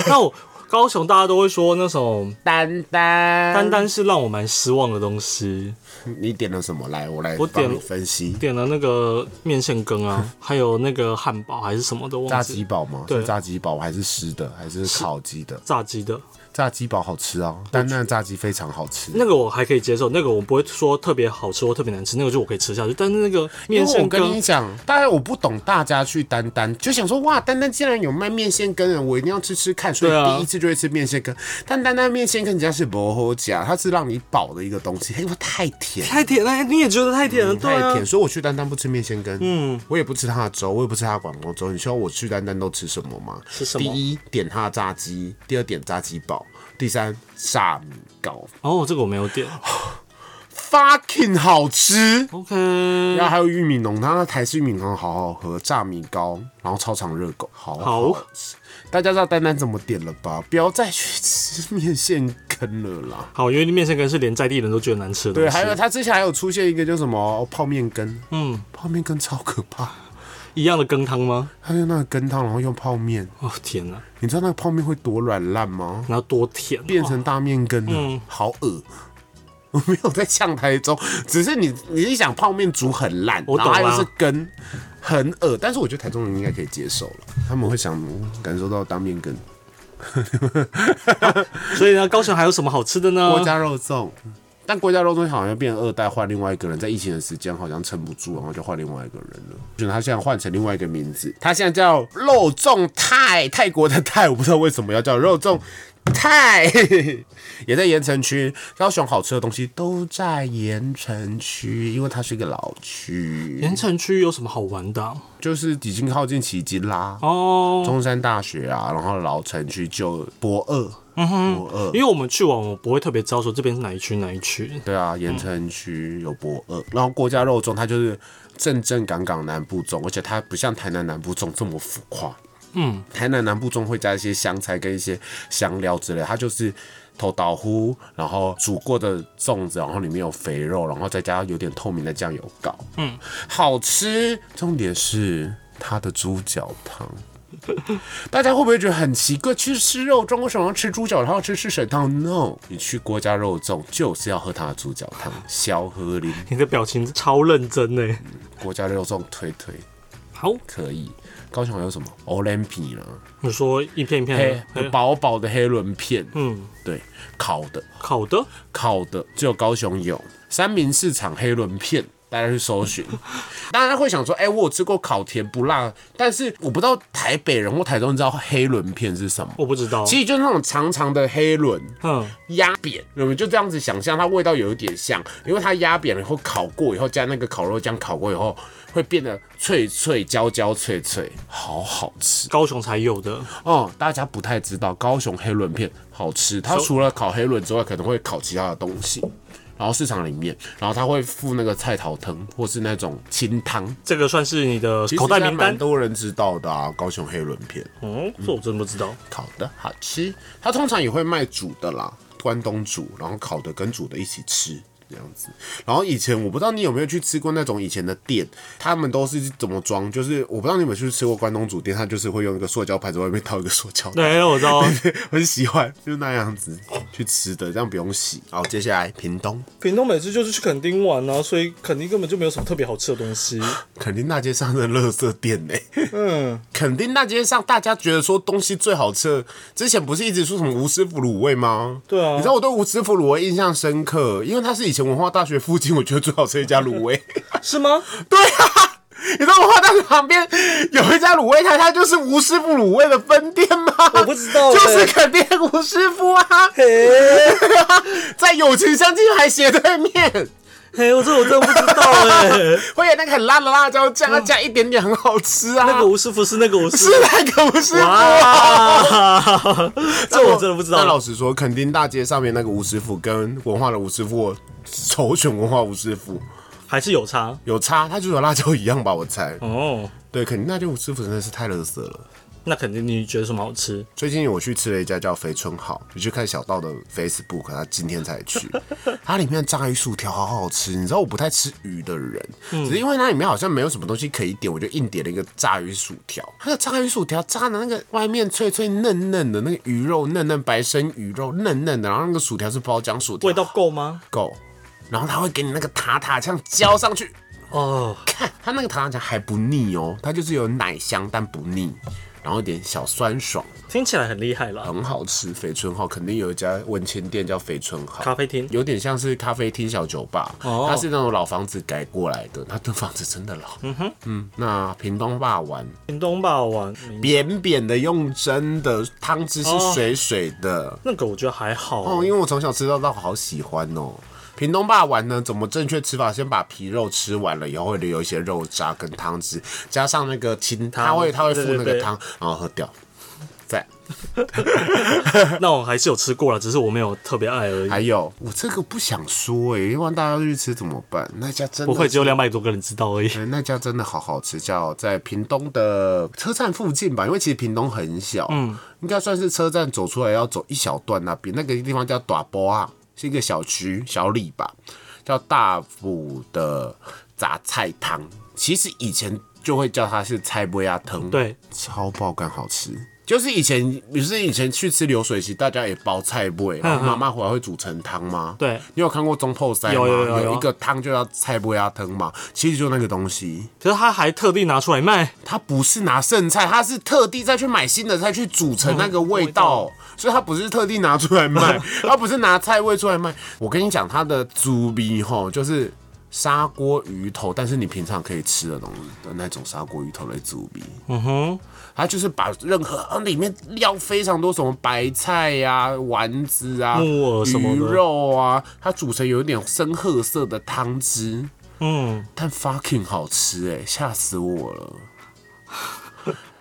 Speaker 2: 那我高雄大家都会说那种
Speaker 1: 丹丹，
Speaker 2: 单，单是让我蛮失望的东西，
Speaker 1: 你点了什么？来，我来
Speaker 2: 我点
Speaker 1: 帮你分析。
Speaker 2: 点了那个面线 羹啊，还有那个汉堡还是什么的，
Speaker 1: 炸
Speaker 2: 忘
Speaker 1: 鸡
Speaker 2: 记
Speaker 1: 堡吗？
Speaker 2: 对
Speaker 1: 是炸鸡堡还是湿的，还是烤鸡的？
Speaker 2: 炸鸡的
Speaker 1: 炸鸡堡好吃啊，丹丹的炸鸡非常好吃。
Speaker 2: 那个我还可以接受，那个我不会说特别好吃或特别难吃，那个就我可以吃下去。但是那个
Speaker 1: 因
Speaker 2: 面
Speaker 1: 为
Speaker 2: 线
Speaker 1: 我跟
Speaker 2: 羹
Speaker 1: 你，讲，当然我不懂大家去丹丹就想说哇，丹丹竟然有卖面线羹啊，我一定要吃吃看，所
Speaker 2: 对啊
Speaker 1: 以第一次就会吃面线羹。但丹丹面线羹人家是不好夹，它是让你饱的一个东西，因为太甜。
Speaker 2: 太甜了，你也觉得太甜了，对
Speaker 1: 嗯太
Speaker 2: 啊
Speaker 1: 甜，。所以我去丹丹不吃面线羹，嗯，我也不吃它的粥，我也不吃它的广东粥。你知道我去丹丹都吃什么吗？
Speaker 2: 吃什么
Speaker 1: 第一点它的炸鸡，第二点炸鸡堡，第三炸米糕
Speaker 2: 哦，这个我没有点。
Speaker 1: ，fucking 好吃。
Speaker 2: OK，
Speaker 1: 然后还有玉米浓汤，它台式玉米浓好好喝，炸米糕，然后超长热狗，好好
Speaker 2: 好
Speaker 1: 吃。大家知道丹丹怎么点了吧？不要再去吃面线羹了啦。
Speaker 2: 好，因为面线羹是连在地人都觉得难吃的东
Speaker 1: 对，
Speaker 2: 西。
Speaker 1: 还有它之前还有出现一个叫什么哦泡面羹，嗯，泡面羹超可怕，
Speaker 2: 一样的羹汤吗？
Speaker 1: 它用那个羹汤，然后用泡面，
Speaker 2: 哦天哪，
Speaker 1: 你知道那个泡面会多软烂吗？
Speaker 2: 然后多甜、
Speaker 1: 变
Speaker 2: 哦
Speaker 1: 成大面羹了，
Speaker 2: 嗯
Speaker 1: 好恶。 我没有在呛台中，只是你你一想泡面煮很烂，
Speaker 2: 我
Speaker 1: 然后
Speaker 2: 懂啊
Speaker 1: 它又
Speaker 2: 啦
Speaker 1: 是羹，很恶。但是我觉得台中人应该可以接受了，他们会想嗯感受到当面羹。
Speaker 2: 哦所以呢，高雄还有什么好吃的呢？
Speaker 1: 郭家肉粽，但郭家肉粽好像变二代换另外一个人，在疫情的时间好像撑不住，然后就换另外一个人了。就是他现在换成另外一个名字，他现在叫肉粽泰，泰国的泰，我不知道为什么要叫肉粽泰。 也在盐城区，高雄好吃的东西都在盐城区，因为它是一个老区，
Speaker 2: 盐城区有什么好玩的啊、
Speaker 1: 就是已经靠近旗津啦。
Speaker 2: 哦，
Speaker 1: 中山大学啊，然后老城区就博二，博二，
Speaker 2: 因为我们去玩，我不会特别知道说这边是哪一区哪一区。
Speaker 1: 对啊，盐城区有博二，然后郭家肉粽它就是正正港港南部粽，而且它不像台南南部粽这么浮夸。嗯，台南南部粽会加一些香菜跟一些香料之类，它就是头倒糊，然后煮过的粽子，然后里面有肥肉，然后再加有点透明的酱油膏。嗯，好吃。重点是它的猪脚汤。大家会不会觉得很奇怪？去吃肉粽为什么要吃猪脚汤，要吃四神汤？No，你去郭家肉粽就是要喝它的猪脚汤，小喝林
Speaker 2: 你的表情超认真呢。
Speaker 1: 郭家肉粽推推
Speaker 2: 好，
Speaker 1: 可以。高雄还有什么 o l y m p i 啦，
Speaker 2: 你说一片
Speaker 1: 黑
Speaker 2: 一片的，哎
Speaker 1: 薄薄的黑轮片，
Speaker 2: 嗯，
Speaker 1: 对，烤的
Speaker 2: 烤的
Speaker 1: 烤的，只有高雄有三明市场黑轮片。大家去搜 寻。当然会想说，哎、我有吃过烤甜不辣，但是我不知道台北人或台中人知道黑轮片是什么。
Speaker 2: 我不知道。
Speaker 1: 其实就是那种长长的黑轮
Speaker 2: 嗯，
Speaker 1: 压扁，我们就这样子想象，它味道有一点像，因为它压扁了以后烤过以后，加那个烤肉酱烤过以后，会变得脆脆焦焦脆脆，好好吃。
Speaker 2: 高雄才有的，
Speaker 1: 哦，大家不太知道高雄黑轮片好吃，它除了烤黑轮之外，可能会烤其他的东西。然后市场里面，然后它会附那个菜头汤，或是那种清汤，
Speaker 2: 这个算是你的
Speaker 1: 其实
Speaker 2: 口袋
Speaker 1: 现在
Speaker 2: 名
Speaker 1: 蛮
Speaker 2: 单。
Speaker 1: 多人知道的啊。高雄黑轮片
Speaker 2: 哦，这我真不知道。
Speaker 1: 烤的好吃，它通常也会卖煮的啦，关东煮，然后烤的跟煮的一起吃。这样子，然后以前我不知道你有没有去吃过那种以前的店，他们都是怎么装？就是我不知道你有没有去吃过关东煮店，它就是会用一个塑胶盘子外面套一个塑胶袋
Speaker 2: 对，我知 道。
Speaker 1: 很喜欢，就是那样子去吃的，这样不用洗。好，接下来屏东
Speaker 2: 屏东每次就是去垦丁玩啊，所以垦丁根本就没有什么特别好吃的东 西。
Speaker 1: 垦丁大街上的垃圾店呢、
Speaker 2: 嗯，
Speaker 1: 垦丁大街上大家觉得说东西最好吃的，之前不是一直说什么吴师傅卤味吗？
Speaker 2: 对啊
Speaker 1: 你知道我对吴师傅卤味印象深刻，因为它是以前文化大学附近我觉得最好吃的一家卤味。
Speaker 2: 是吗？
Speaker 1: 对啊。你知道文化大学旁边有一家卤味摊，它就是吴师傅卤味的分店吗？
Speaker 2: 我不知道 欸
Speaker 1: 就是肯定吴师傅啊，
Speaker 2: 嘿，
Speaker 1: 在友情相近还斜对面。
Speaker 2: 嘿，我这我真的不知道哎、
Speaker 1: 会有那个很辣的辣椒酱，要加一点点，很好吃啊。
Speaker 2: 嗯那个吴师傅是那 个吴师
Speaker 1: 是
Speaker 2: 傅。
Speaker 1: 那个吴师傅啊。
Speaker 2: 哇， 这我真的不知
Speaker 1: 但
Speaker 2: 道
Speaker 1: 老。实说，垦丁大街上面那个吴师傅跟文化的吴师傅，我首选文化吴师傅
Speaker 2: 还是有差
Speaker 1: 有差，他就有辣椒一样吧，我猜。
Speaker 2: 哦。
Speaker 1: 对，垦丁大街吴师傅真的是太乐色了。
Speaker 2: 那肯定，你觉得什么好吃？
Speaker 1: 最近我去吃了一家叫肥春好，你去看小道的 Facebook，他今天才 去，它里面的炸鱼薯条好好吃。你知道我不太吃鱼的人，
Speaker 2: 嗯
Speaker 1: 只是因为它里面好像没有什么东西可以点，我就硬点了一个炸鱼薯条。它的炸鱼薯条炸的那个外面脆脆嫩嫩的，那个鱼肉嫩嫩白生鱼肉嫩嫩的，然后那个薯条是包浆薯条，
Speaker 2: 味道够吗？
Speaker 1: 够，然后它会给你那个塔塔酱浇上去，
Speaker 2: 哦，
Speaker 1: 看它那个塔塔酱还不腻哦，它就是有奶香但不腻，然后有点小酸爽。
Speaker 2: 听起来很厉害啦。
Speaker 1: 很好吃。肥春号肯定有一家文青店叫肥春号
Speaker 2: 咖，啡厅
Speaker 1: 有点像是咖啡厅小酒吧，
Speaker 2: 哦
Speaker 1: 它是那种老房子改过来的，它的房子真的老。嗯哼，嗯，那屏东霸丸
Speaker 2: 屏东霸王，
Speaker 1: 扁扁的，用蒸的，汤汁是水水的。
Speaker 2: 那个我觉得还好。
Speaker 1: 哦，因为我从小吃到大，好喜欢哦。屏东霸丸呢，怎么正确吃法？先把皮肉吃完了以后，会留一些肉渣跟汤汁，加上那个清，它会它会附
Speaker 2: 对对
Speaker 1: 那个
Speaker 2: 对
Speaker 1: 汤，然后喝掉。在
Speaker 2: 欸那我还是有吃过了，只是我没有特别爱而已。
Speaker 1: 还有，我这个不想说哎、欸，要不然大家都去吃怎么办？那家真的
Speaker 2: 不会只有两百多个人知道而已。
Speaker 1: 呃那家真的好好吃，叫在屏东的车站附近吧，因为其实屏东很小，嗯，应该算是车站走出来要走一小段那边，那个地方叫短波啊，是一个小区小里吧，叫大埔的杂菜汤，其实以前就会叫它是菜波鸭汤，
Speaker 2: 对，
Speaker 1: 超爆干好吃。就是以前，比如是以前去吃流水席，大家也包菜味，然后妈妈回来会煮成汤吗？
Speaker 2: 嗯对
Speaker 1: 你有看过中破塞吗？
Speaker 2: 有有有有
Speaker 1: 一个汤就叫菜波鸭汤嘛，其实就那个东西，
Speaker 2: 可是他还特地拿出来卖，
Speaker 1: 它不是拿剩菜，它是特地再去买新的菜去煮成那个味道，
Speaker 2: 嗯
Speaker 1: 所以它不是特地拿出来 卖，它不是拿菜味出来卖。我跟你讲，它的猪鼻吼就是。砂锅鱼头，但是你平常可以吃的东西的那种砂锅鱼头的猪鼻，
Speaker 2: 嗯哼，
Speaker 1: 它就是把任何啊里面料非常多，什么白菜呀、丸子啊、
Speaker 2: 木耳什么的
Speaker 1: 鱼肉啊，它煮成有一点深褐色的汤汁，
Speaker 2: 嗯，
Speaker 1: 但 fucking 好吃哎、吓死我 了！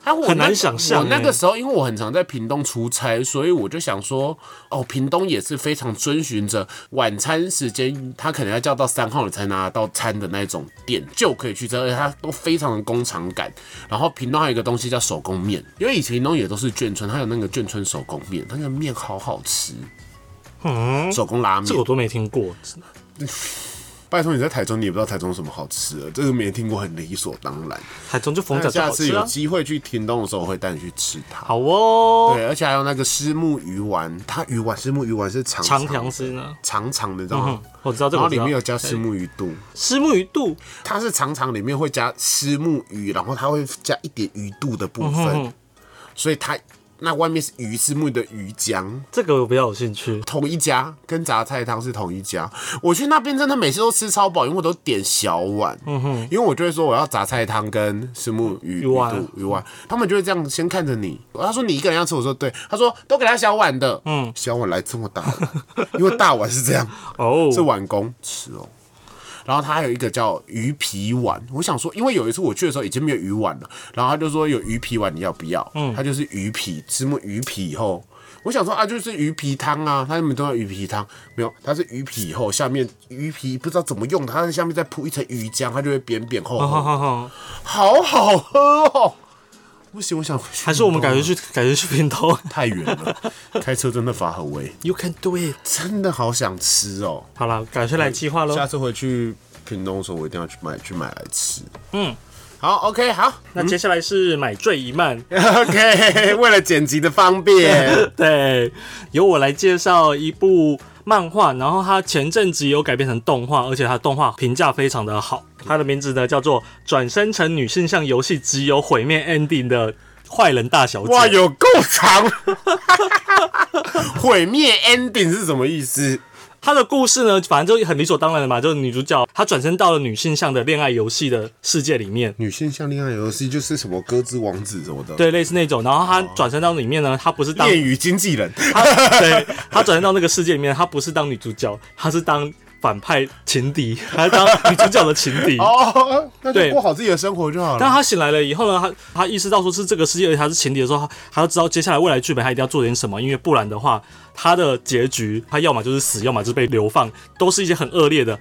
Speaker 1: 啊，我
Speaker 2: 很
Speaker 1: 那
Speaker 2: 难想象
Speaker 1: 我那
Speaker 2: 欸
Speaker 1: 个时候，因为我很常在屏东出差，所以我就想说，哦，屏东也是非常遵循着晚餐时间，他可能要叫到三号你才拿得到餐的那种店就可以去吃，而且它都非常的工厂感。然后屏东还有一个东西叫手工面，因为以前屏东也都是眷村，它有那个眷村手工面，那个面好好吃，
Speaker 2: 嗯，
Speaker 1: 手工拉面
Speaker 2: 这个我。都没听过。
Speaker 1: 拜托你在台中，你也不知道台中什么好吃的，这个没听过很理所当然。
Speaker 2: 台中就逢
Speaker 1: 那
Speaker 2: 甲就
Speaker 1: 下
Speaker 2: 好
Speaker 1: 次
Speaker 2: 吃
Speaker 1: 有
Speaker 2: 啊。
Speaker 1: 机会去屏东的时候，我会带你去吃它。
Speaker 2: 好哦，
Speaker 1: 对，而且还有那个虱目鱼丸，它鱼丸虱目鱼丸是长
Speaker 2: 长
Speaker 1: 长
Speaker 2: 条丝呢？
Speaker 1: 长长的，你知道
Speaker 2: 嗯
Speaker 1: 吗？，
Speaker 2: 我知道这
Speaker 1: 然
Speaker 2: 个
Speaker 1: 后
Speaker 2: 我知
Speaker 1: 里
Speaker 2: 道。
Speaker 1: 面有加虱目鱼肚，
Speaker 2: 石目鱼肚，
Speaker 1: 它是长长里面
Speaker 2: 嗯
Speaker 1: 会加虱目鱼，然后它会加一点鱼肚的部分，所以它那外面是鱼是木的鱼浆，
Speaker 2: 这个我比较有兴趣。
Speaker 1: 同一家，跟杂菜汤是同一家。我去那边真的每次都吃超饱，因为我都点小碗，嗯哼，因为我就会说我要杂菜汤跟石木鱼
Speaker 2: 鱼丸
Speaker 1: 肚鱼丸，他们就会这样先看着你。他说你一个人要吃，我说对，他说都给他小碗的，嗯，小碗来这么大碗，因为大碗是这样，
Speaker 2: 哦，
Speaker 1: 是碗工吃哦。然后他还有一个叫鱼皮碗，我想说，因为有一次我去的时候已经没有鱼碗了，然后他就说有鱼皮碗，你要不要？嗯，他就是鱼皮，吃木鱼皮以后，我想说啊，就是鱼皮汤啊，他们都要鱼皮汤，没有，它是鱼皮以后下面鱼皮不知道怎么用的，它在下面再铺一层鱼浆，它就会扁扁厚
Speaker 2: 好
Speaker 1: 厚，
Speaker 2: 好
Speaker 1: 好
Speaker 2: 好，
Speaker 1: 好喝哦。不行，我想回去
Speaker 2: 还是我们改
Speaker 1: 运
Speaker 2: 日去改日去频道
Speaker 1: 动太远了，开车真的乏很味，
Speaker 2: ？You can do it。
Speaker 1: 真的好想吃哦。
Speaker 2: 好了，改日来计划喽。
Speaker 1: 哎下嗯次回去屏东的时候，我一定要去买去买来吃。
Speaker 2: 嗯，
Speaker 1: 好，OK，好
Speaker 2: 那接下来是买醉一漫，
Speaker 1: ，OK。为了剪辑的方 便，
Speaker 2: 对，由我来介绍一部漫画，然后它前阵子有改编成动画，而且它动画评价非常的好。它的名字呢叫做《转身成女性向游戏只有毁灭 ending 的坏人大小姐》。
Speaker 1: 哇，有够长。 毁灭 ending 是什么意思？
Speaker 2: 他的故事呢，反正就很理所当然的嘛，就是女主角她转身到了女性向的恋爱游戏的世界里面，
Speaker 1: 女性像恋爱游戏就是什么鸽子王子什么的，，
Speaker 2: 对，类似那种。然后她转身到里面呢，她不是当
Speaker 1: 恋与经纪人，
Speaker 2: 她对她转身到那个世界里面，她不是当女主角，她是当反派情敌，她是当女主角的情敌。
Speaker 1: 哦，那就
Speaker 2: 对
Speaker 1: 过好自己的生活就好
Speaker 2: 当
Speaker 1: 了。
Speaker 2: 她醒来了以后呢，她她意识到说是这个世界，而且她是情敌的时候，她她就知道接下来未来剧本她一定要做点什么，因为不然的话，她的结局她要么就是死，要么就是被流放，都是一些很恶劣的。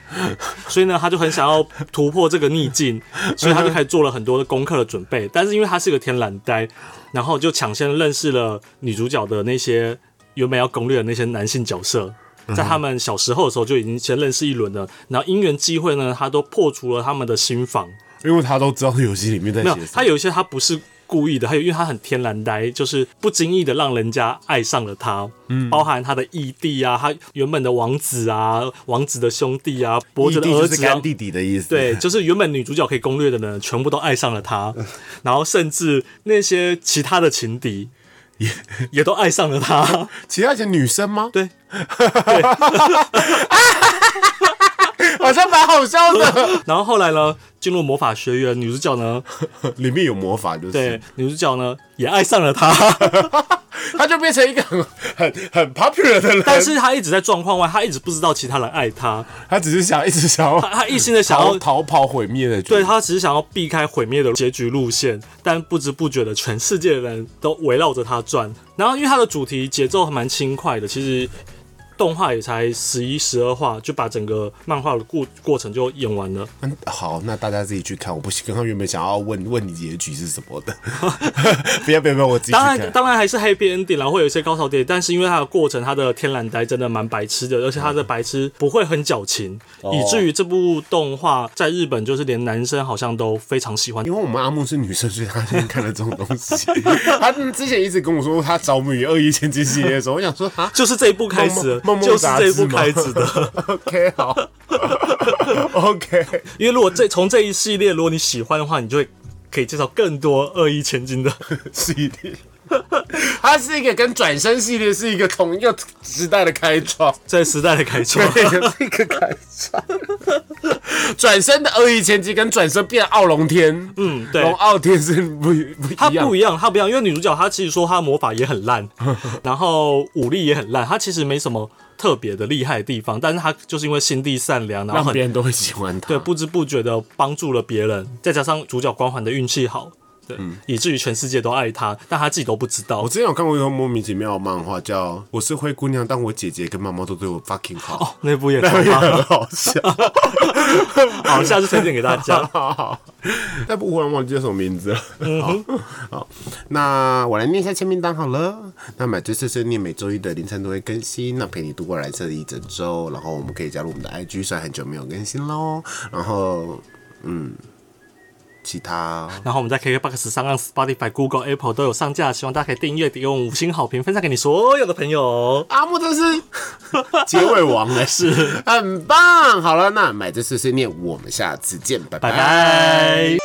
Speaker 2: 所以呢，她就很想要突破这个逆境，所以她就开始做了很多的功课的准备。但是因为她是个天然呆，然后就抢先认识了女主角的那些原本要攻略的那些男性角色。在他们小时候的时候就已经先认识一轮了，然后因缘机会呢，她都破除了他们的心防，
Speaker 1: 因为他都知道游戏里面在
Speaker 2: 没有
Speaker 1: 写，什
Speaker 2: 他
Speaker 1: 么。
Speaker 2: 有一些他不是故意的，还有因为他很天然呆，就是不经意的让人家爱上了他。嗯，包含他的义弟啊，他原本的王子啊，王子的兄弟啊，伯爵
Speaker 1: 弟弟
Speaker 2: 的儿
Speaker 1: 就是
Speaker 2: 子啊
Speaker 1: 干。弟弟的意思。
Speaker 2: 对，，就是原本女主角可以攻略的呢，全部都爱上 了他，然后甚至那些其他的情敌也也都爱上 了他。
Speaker 1: 其他是女生 吗？
Speaker 2: 对，
Speaker 1: 好像蛮好笑的。
Speaker 2: 然后后来呢，进入魔法学院，女主角呢，
Speaker 1: 里面有魔法，就是
Speaker 2: 对，女主角呢也爱上了他。
Speaker 1: 他就变成一个很很很 popular 的人，
Speaker 2: 但是他一直在状况外，他一直不知道其他人爱他，
Speaker 1: 他只是想一直想要
Speaker 2: 他他一心的想要
Speaker 1: 嗯逃逃跑毁灭的，
Speaker 2: 对，他只是想要避开毁灭的结局路线，但不知不觉的，全世界的人都围绕着他转。然后，因为它的主题节奏还蛮轻快的，其实动画也才十一、十二话就把整个漫画的过过程就演完了。
Speaker 1: 嗯好，那大家自己去看。我不是刚刚原本想要问问你结局是什 么的，不要不要不要，我自己去
Speaker 2: 当
Speaker 1: 看
Speaker 2: 然，。当然还是 happy ending，然后会有一些高潮点，但是因为它的过程，它的天然呆真的蛮白痴的，而且它的白痴不会很矫情，
Speaker 1: 哦
Speaker 2: 以至于这部动画在日本就是连男生好像都非常喜欢。
Speaker 1: 因为我们阿木是女生，所以她先看了这种东西。 她之前一直跟我说她着迷于《恶意千金》系列的时候，我想说啊，
Speaker 2: 就是这一部开始的，
Speaker 1: 梦梦
Speaker 2: 就是这一部
Speaker 1: 梦杂
Speaker 2: 开
Speaker 1: 志吗
Speaker 2: 始的。
Speaker 1: OK 好 ，OK
Speaker 2: 因为如果这从这一系列，如果你喜欢的话，你就会可以介绍更多恶意千 金的。
Speaker 1: 系列，它是一个跟转身系列是一个同一个时代的开创。
Speaker 2: 在时代的开创，
Speaker 1: 对，这个感伤。转身的恶意前期跟转身变傲龙天，
Speaker 2: 嗯对
Speaker 1: 龙傲天是不一不
Speaker 2: 它
Speaker 1: 一样
Speaker 2: 不。一样，它不一样，因为女主角她其实说她魔法也很 烂，然后武力也很烂，她其实没什么特别的厉害的地方，但是她就是因为心地善良，然
Speaker 1: 让
Speaker 2: 后
Speaker 1: 别
Speaker 2: 很
Speaker 1: 人都会喜欢他。
Speaker 2: 对不知不觉的帮助了别人，再加上主角光环的运气好，对，
Speaker 1: 嗯
Speaker 2: 以至于全世界都爱她，但她自己都不知道
Speaker 1: 我。之前有看过一个莫名其妙的漫画，叫《我是灰姑娘》，但我姐姐跟妈妈都对我 fucking 好，
Speaker 2: 哦那部也
Speaker 1: 那
Speaker 2: 很
Speaker 1: 个
Speaker 2: 棒，
Speaker 1: 很好笑。
Speaker 2: 好，下次推荐给大家。
Speaker 1: 那部忽然忘记叫什么名字了。啊好，好，那我来念一下签名档好了。那买醉碎碎念每周一的凌晨都会更新，那陪你度过蓝色的一整周。然后我们可以加入我们的 IG，虽然很久没有更新喽。然后，嗯，其他
Speaker 2: 然后我们在 KKBOX 上、让 Spotify、Google、Apple 都有上架，希望大家可以订阅、给我们五星好评，分享给你所有的朋友。
Speaker 1: 阿木真 是结尾王哎，是很棒。好了，那买醉碎碎念，我们下次见，拜
Speaker 2: 拜拜。